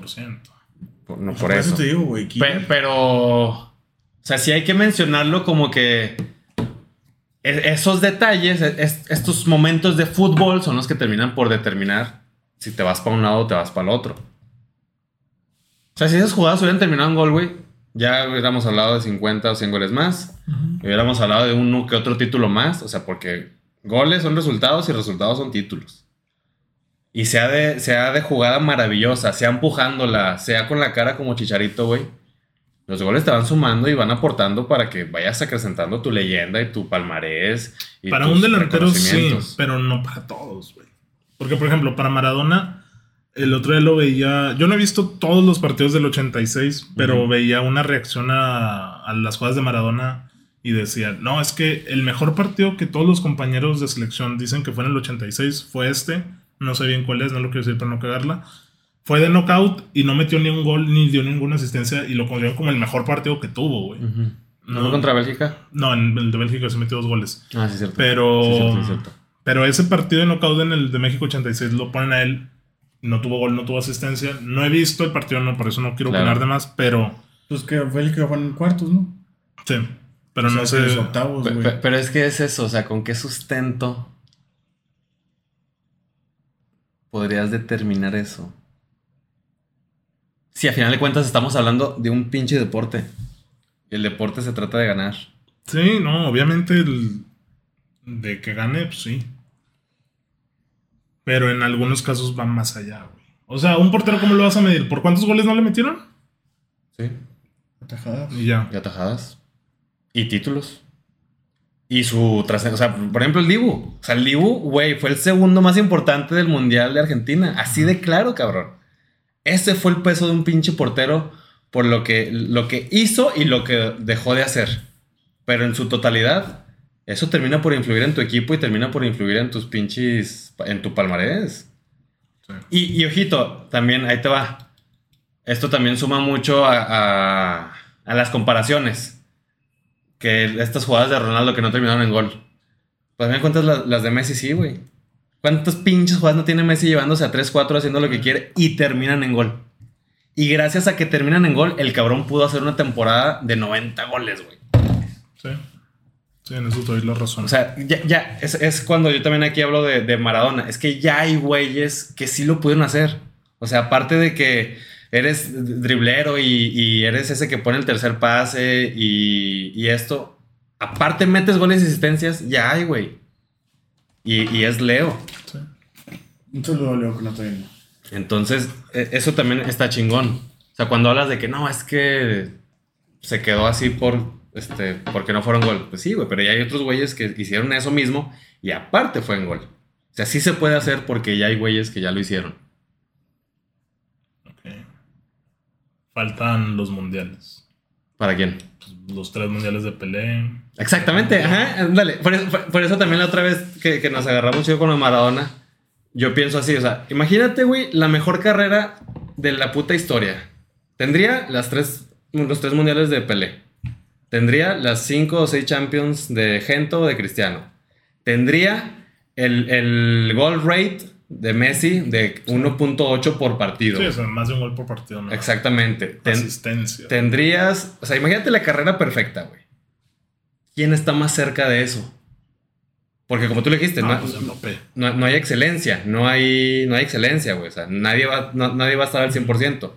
[SPEAKER 3] por- no
[SPEAKER 4] O sea,
[SPEAKER 3] por eso.
[SPEAKER 4] Pues, te digo, güey.
[SPEAKER 3] Pe-
[SPEAKER 4] Killer.
[SPEAKER 3] pero, o sea, sí hay que mencionarlo como que e- esos detalles, e- es- estos momentos de fútbol son los que terminan por determinar si te vas para un lado o te vas para el otro. O sea, si esas jugadas hubieran terminado en gol, güey, ya hubiéramos hablado de 50 o 100 goles más. Hubiéramos hablado de uno que otro título más. O sea, porque goles son resultados y resultados son títulos. Y sea de, sea de jugada maravillosa, sea empujándola, sea con la cara como chicharito, güey. Los goles te van sumando y van aportando para que vayas acrecentando tu leyenda y tu palmarés. y
[SPEAKER 1] Para
[SPEAKER 3] tus
[SPEAKER 1] un delantero sí,
[SPEAKER 3] reconocimientos.
[SPEAKER 1] pero no para todos, güey. Porque, por ejemplo, para Maradona, el otro día lo veía. Yo no he visto todos los partidos del 86, pero
[SPEAKER 3] Ujú.
[SPEAKER 1] veía una reacción a, a las jugadas de Maradona y decía: No, es que el mejor partido que todos los compañeros de selección dicen que fue en el 86 fue este. No sé bien cuál es, no lo quiero decir para no cagarla. Fue de knockout y no metió ni un gol ni dio ninguna asistencia y lo consideran como el mejor partido que tuvo, güey.
[SPEAKER 3] Ujú. ¿No fue
[SPEAKER 1] No,
[SPEAKER 3] contra Bélgica?
[SPEAKER 1] no, en el de Bélgica se metió dos goles.
[SPEAKER 3] Ah, sí, cierto.
[SPEAKER 1] Pero.
[SPEAKER 3] Sí, cierto, sí, cierto.
[SPEAKER 1] Pero ese partido de knockout en el de México 86 lo ponen a él. No tuvo gol, no tuvo asistencia. No he visto el partido, no, por eso no quiero
[SPEAKER 3] Claro.
[SPEAKER 1] opinar de más, pero.
[SPEAKER 4] Pues que fue el que fue en cuartos, ¿no?
[SPEAKER 1] Sí. Pero
[SPEAKER 4] O sea,
[SPEAKER 1] no
[SPEAKER 4] que
[SPEAKER 1] sé.
[SPEAKER 4] Los octavos,
[SPEAKER 2] Pues
[SPEAKER 3] Pe-
[SPEAKER 4] güey.
[SPEAKER 3] pe- pero es que es eso, o sea, ¿con qué sustento podrías determinar eso? Si a final de cuentas estamos hablando de un pinche deporte. Y el deporte se trata de ganar.
[SPEAKER 1] Sí, no, obviamente el de que gane, pues sí. Pero en algunos casos van más allá, güey. O sea, un portero, ¿cómo lo vas a medir? ¿Por cuántos goles no le metieron?
[SPEAKER 3] Sí.
[SPEAKER 4] Atajadas.
[SPEAKER 1] Y ya.
[SPEAKER 3] Y atajadas. Y títulos. Y su trasero. O sea, por ejemplo, el Dibu. O sea, el Dibu, güey, fue el segundo más importante del Mundial de Argentina. Así de claro, cabrón. Ese fue el peso de un pinche portero por lo que, lo que hizo y lo que dejó de hacer. Pero en su totalidad, eso termina por influir en tu equipo y termina por influir en tus pinches. en tu palmarés.
[SPEAKER 1] Sí.
[SPEAKER 3] Y, y ojito, también ahí te va. Esto también suma mucho a, a- a las comparaciones. Que estas jugadas de Ronaldo que no terminaron en gol. Pues a mí me cuentas las, las de Messi, sí, güey. ¿Cuántas pinches jugadas no tiene Messi llevándose a 3-4 haciendo lo que quiere y terminan en gol? Y gracias a que terminan en gol, el cabrón pudo hacer una temporada de 90 goles, güey.
[SPEAKER 1] Sí. Sí, en eso te doy la razón.
[SPEAKER 3] O sea, ya, ya, es, es cuando yo también aquí hablo de, de Maradona. Es que ya hay güeyes que sí lo pudieron hacer. O sea, aparte de que eres driblero y, y eres ese que pone el tercer pase y, y esto, aparte metes goles y asistencias, ya hay, güey. Y, y es Leo.
[SPEAKER 1] Sí.
[SPEAKER 4] Un saludo, Leo, que no está viendo.
[SPEAKER 3] Entonces, e- eso también está chingón. O sea, cuando hablas de que no, es que se quedó así por este porque no fueron gol. Pues sí, güey, pero ya hay otros güeyes que hicieron eso mismo y aparte fue en gol. O sea, sí se puede hacer porque ya hay güeyes que ya lo hicieron.
[SPEAKER 1] Ok. Faltan los mundiales.
[SPEAKER 3] ¿Para quién?
[SPEAKER 1] Pues, los tres mundiales de Pelé.
[SPEAKER 3] Exactamente, ajá, ándale. Por eso, por- por eso también la otra vez que, que nos agarramos yo con lo de Maradona, yo pienso así, o sea, imagínate, güey, la mejor carrera de la puta historia. Tendría las tres, los tres mundiales de Pelé. Tendría las cinco o seis Champions de Gento o de Cristiano. Tendría el, el goal rate de Messi de 1.8 por partido.
[SPEAKER 1] Sí, o sea, más de un gol por partido, ¿no?
[SPEAKER 3] Exactamente. Ten-
[SPEAKER 1] Asistencia.
[SPEAKER 3] Tendrías, o sea, imagínate la carrera perfecta, güey. ¿Quién está más cerca de eso? Porque como tú le dijiste,
[SPEAKER 1] Ah,
[SPEAKER 3] no,
[SPEAKER 1] pues Mbappé.
[SPEAKER 3] no- no hay excelencia, no hay, no hay excelencia, güey. O sea, nadie va, no- nadie va a estar al 100%.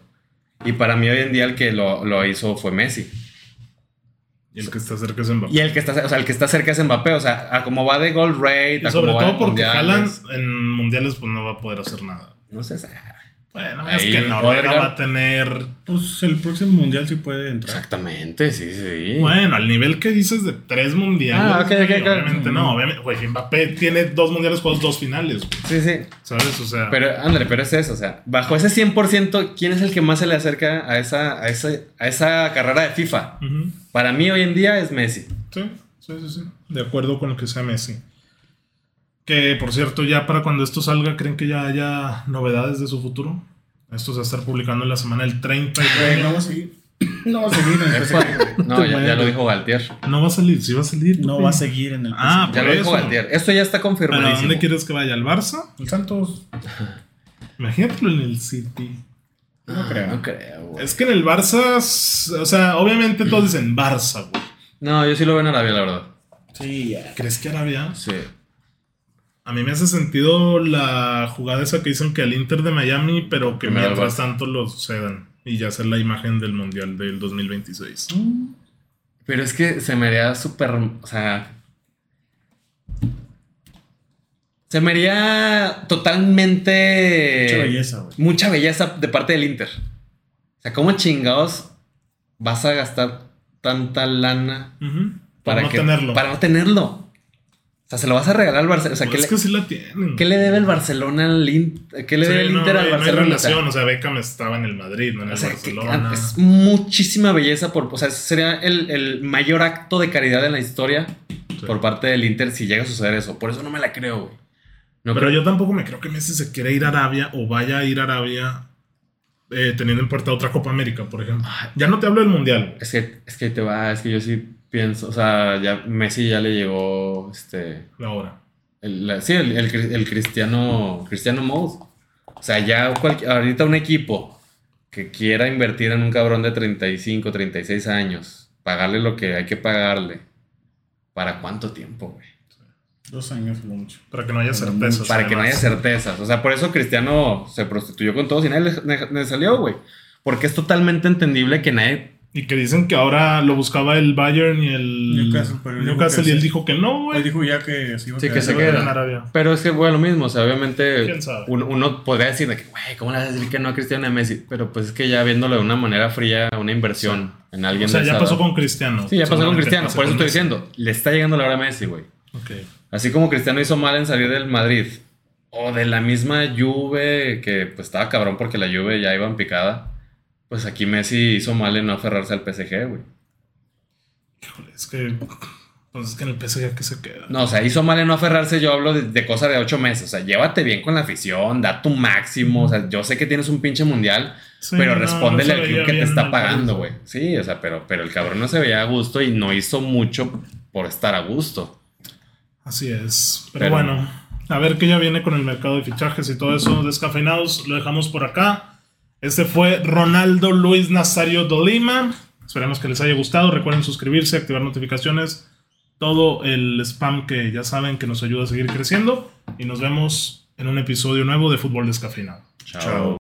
[SPEAKER 3] Y para mí hoy en día el que lo, lo hizo fue Messi.
[SPEAKER 1] Y el que está cerca es Mbappé.
[SPEAKER 3] Y el que está, o sea, el que está cerca es Mbappé, o sea, a como va de goal rate,
[SPEAKER 1] Y
[SPEAKER 3] a
[SPEAKER 1] sobre
[SPEAKER 3] cómo va de
[SPEAKER 1] todo porque
[SPEAKER 3] mundiales.
[SPEAKER 1] Haaland en mundiales pues no va a poder hacer nada.
[SPEAKER 3] No sé, o sea,
[SPEAKER 1] Bueno,
[SPEAKER 3] Ahí,
[SPEAKER 1] es que Noruega
[SPEAKER 3] Odegaard.
[SPEAKER 1] va a tener...
[SPEAKER 4] Pues el próximo mundial sí puede entrar.
[SPEAKER 3] exactamente, sí, sí.
[SPEAKER 1] Bueno, al nivel que dices de tres mundiales.
[SPEAKER 3] Ah, ok, ok,
[SPEAKER 1] güey,
[SPEAKER 3] ok.
[SPEAKER 1] Obviamente no. Obviamente, güey, Mbappé tiene dos mundiales jugados, dos finales, güey,
[SPEAKER 3] Sí, sí.
[SPEAKER 1] ¿sabes? O sea,
[SPEAKER 3] Pero, ándale, pero es eso, o sea, bajo ese 100%, ¿quién es el que más se le acerca a esa, a esa, a esa carrera de FIFA?
[SPEAKER 1] ujú.
[SPEAKER 3] Para mí hoy en día es Messi.
[SPEAKER 1] Sí, sí, sí, sí. De acuerdo con lo que sea Messi. Que por cierto, ya para cuando esto salga, ¿creen que ya haya novedades de su futuro? Esto se va a estar publicando en la semana del 30. y
[SPEAKER 4] Güey, no va a seguir. No va a seguir en el PSG, güey.
[SPEAKER 3] No, ya, ya lo dijo Galtier.
[SPEAKER 1] No va a salir, sí va a salir.
[SPEAKER 4] No
[SPEAKER 1] papi.
[SPEAKER 4] va a seguir en el
[SPEAKER 1] Ah,
[SPEAKER 4] PSG.
[SPEAKER 3] Ya
[SPEAKER 1] Por
[SPEAKER 3] lo dijo
[SPEAKER 1] eso.
[SPEAKER 3] Galtier. Esto ya está
[SPEAKER 1] ¿Pero a
[SPEAKER 3] confirmadísimo.
[SPEAKER 1] dónde quieres que vaya? ¿Al Barça?
[SPEAKER 4] El Santos,
[SPEAKER 1] Imagínatelo en el City.
[SPEAKER 4] no creo.
[SPEAKER 3] No creo, güey.
[SPEAKER 1] Es que en el Barça, s- o sea, obviamente todos dicen Barça, güey.
[SPEAKER 3] No, yo sí lo veo en Arabia, la verdad.
[SPEAKER 4] Sí, ya.
[SPEAKER 1] ¿Crees que Arabia?
[SPEAKER 3] Sí.
[SPEAKER 1] A mí me hace sentido la jugada esa que dicen que al Inter de Miami, pero que
[SPEAKER 3] Primero al
[SPEAKER 1] mientras
[SPEAKER 3] Barça.
[SPEAKER 1] tanto lo sucedan. Y ya ser la imagen del Mundial del 2026.
[SPEAKER 4] Mm,
[SPEAKER 3] Pero es que se me haría súper. O sea. Se me haría totalmente.
[SPEAKER 4] Mucha belleza, güey.
[SPEAKER 3] mucha belleza de parte del Inter. O sea, ¿cómo chingados vas a gastar tanta lana
[SPEAKER 1] Ujú.
[SPEAKER 3] para
[SPEAKER 1] no
[SPEAKER 3] que-
[SPEAKER 1] tenerlo.
[SPEAKER 3] Para no tenerlo. O sea, se lo vas a regalar al Barcelona. O sea,
[SPEAKER 1] Pues
[SPEAKER 3] ¿qué,
[SPEAKER 1] es
[SPEAKER 3] le,
[SPEAKER 1] que sí la tienen.
[SPEAKER 3] qué le debe el Barcelona al Inter? ¿Qué le
[SPEAKER 1] Sí,
[SPEAKER 3] debe el
[SPEAKER 1] no,
[SPEAKER 3] Inter
[SPEAKER 1] no
[SPEAKER 3] al
[SPEAKER 1] hay- no hay
[SPEAKER 3] Barcelona? O sea,
[SPEAKER 1] relación, o sea, Beckham estaba en el Madrid, no en el
[SPEAKER 3] o sea, que-
[SPEAKER 1] Barcelona.
[SPEAKER 3] es muchísima belleza por, o sea, sería el, el mayor acto de caridad en la historia
[SPEAKER 1] Sí.
[SPEAKER 3] por parte del Inter si llega a suceder eso. Por eso no me la creo, güey. No
[SPEAKER 1] Pero
[SPEAKER 3] creo.
[SPEAKER 1] yo tampoco me creo que Messi se quiera ir a Arabia o vaya a ir a Arabia eh, teniendo en puerta otra Copa América, por ejemplo.
[SPEAKER 3] Ah.
[SPEAKER 1] Ya no te hablo del Mundial.
[SPEAKER 3] Es que, es que ahí te va, es que yo sí pienso, o sea, ya Messi ya le llegó este
[SPEAKER 1] Ahora.
[SPEAKER 3] El, la- sí, el, el cri- el cristiano, cristiano mode. O sea, ya cual- ahorita un equipo que quiera invertir en un cabrón de 35, 36 años, pagarle lo que hay que pagarle, ¿para cuánto tiempo, güey?
[SPEAKER 4] Dos años, lo mucho.
[SPEAKER 1] Pues Para que no haya
[SPEAKER 4] Para
[SPEAKER 1] certezas.
[SPEAKER 3] Para que no haya
[SPEAKER 1] además.
[SPEAKER 3] certezas. O sea, por eso Cristiano se prostituyó con todos y nadie le, le- le salió, güey. Porque es totalmente entendible que nadie...
[SPEAKER 1] Y que dicen que ahora lo buscaba el Bayern y el
[SPEAKER 4] Newcastle, pero él dijo
[SPEAKER 1] Newcastle,
[SPEAKER 4] que
[SPEAKER 1] y él
[SPEAKER 4] sí.
[SPEAKER 1] dijo que no,
[SPEAKER 4] Hoy
[SPEAKER 1] güey.
[SPEAKER 4] dijo ya que se iba a
[SPEAKER 3] Sí, que
[SPEAKER 4] quedar.
[SPEAKER 3] se
[SPEAKER 1] Pero en
[SPEAKER 3] queda.
[SPEAKER 1] Arabia.
[SPEAKER 3] Pero es que, bueno, lo mismo. O sea, obviamente
[SPEAKER 1] ¿Quién sabe?
[SPEAKER 3] uno, uno podría decir de que, güey, ¿cómo le vas a decir que no a Cristiano y a Messi? Pero pues es que ya viéndolo de una manera fría, una inversión en alguien
[SPEAKER 1] O sea,
[SPEAKER 3] de
[SPEAKER 1] ya
[SPEAKER 3] esa
[SPEAKER 1] pasó
[SPEAKER 3] edad.
[SPEAKER 1] con Cristiano.
[SPEAKER 3] Sí, ya pasó con
[SPEAKER 1] Seguramente
[SPEAKER 3] Cristiano.
[SPEAKER 1] pase
[SPEAKER 3] Por eso
[SPEAKER 1] con
[SPEAKER 3] estoy
[SPEAKER 1] Messi.
[SPEAKER 3] diciendo, le está llegando la hora a Messi, güey.
[SPEAKER 1] Ok.
[SPEAKER 3] Así como Cristiano hizo mal en salir del Madrid o de la misma Juve que pues estaba cabrón porque la Juve ya iba en picada, pues aquí Messi hizo mal en no aferrarse al PSG, güey.
[SPEAKER 1] Híjole, Es que. Pues es que en el PSG que se queda.
[SPEAKER 3] No, o sea, hizo mal en no aferrarse, yo hablo de, de cosa de ocho meses, o sea, llévate bien con la afición, da tu máximo, o sea, yo sé que tienes un pinche mundial,
[SPEAKER 1] Sí,
[SPEAKER 3] pero
[SPEAKER 1] no, no
[SPEAKER 3] respóndele
[SPEAKER 1] se
[SPEAKER 3] al club
[SPEAKER 1] veía
[SPEAKER 3] que te
[SPEAKER 1] bien
[SPEAKER 3] está
[SPEAKER 1] al
[SPEAKER 3] pagando, güey.
[SPEAKER 1] París.
[SPEAKER 3] Sí, o sea, pero, pero el cabrón no se veía a gusto y no hizo mucho por estar a gusto.
[SPEAKER 1] Así es. Pero,
[SPEAKER 3] Pero-
[SPEAKER 1] bueno, a ver qué ya viene con el mercado de fichajes y todo eso. Descafeinados, lo dejamos por acá. Este fue Ronaldo Luis Nazario Dolima. Esperemos que les haya gustado. Recuerden suscribirse, activar notificaciones. Todo el spam que ya saben que nos ayuda a seguir creciendo. Y nos vemos en un episodio nuevo de Fútbol Descafeinado.
[SPEAKER 3] Chao.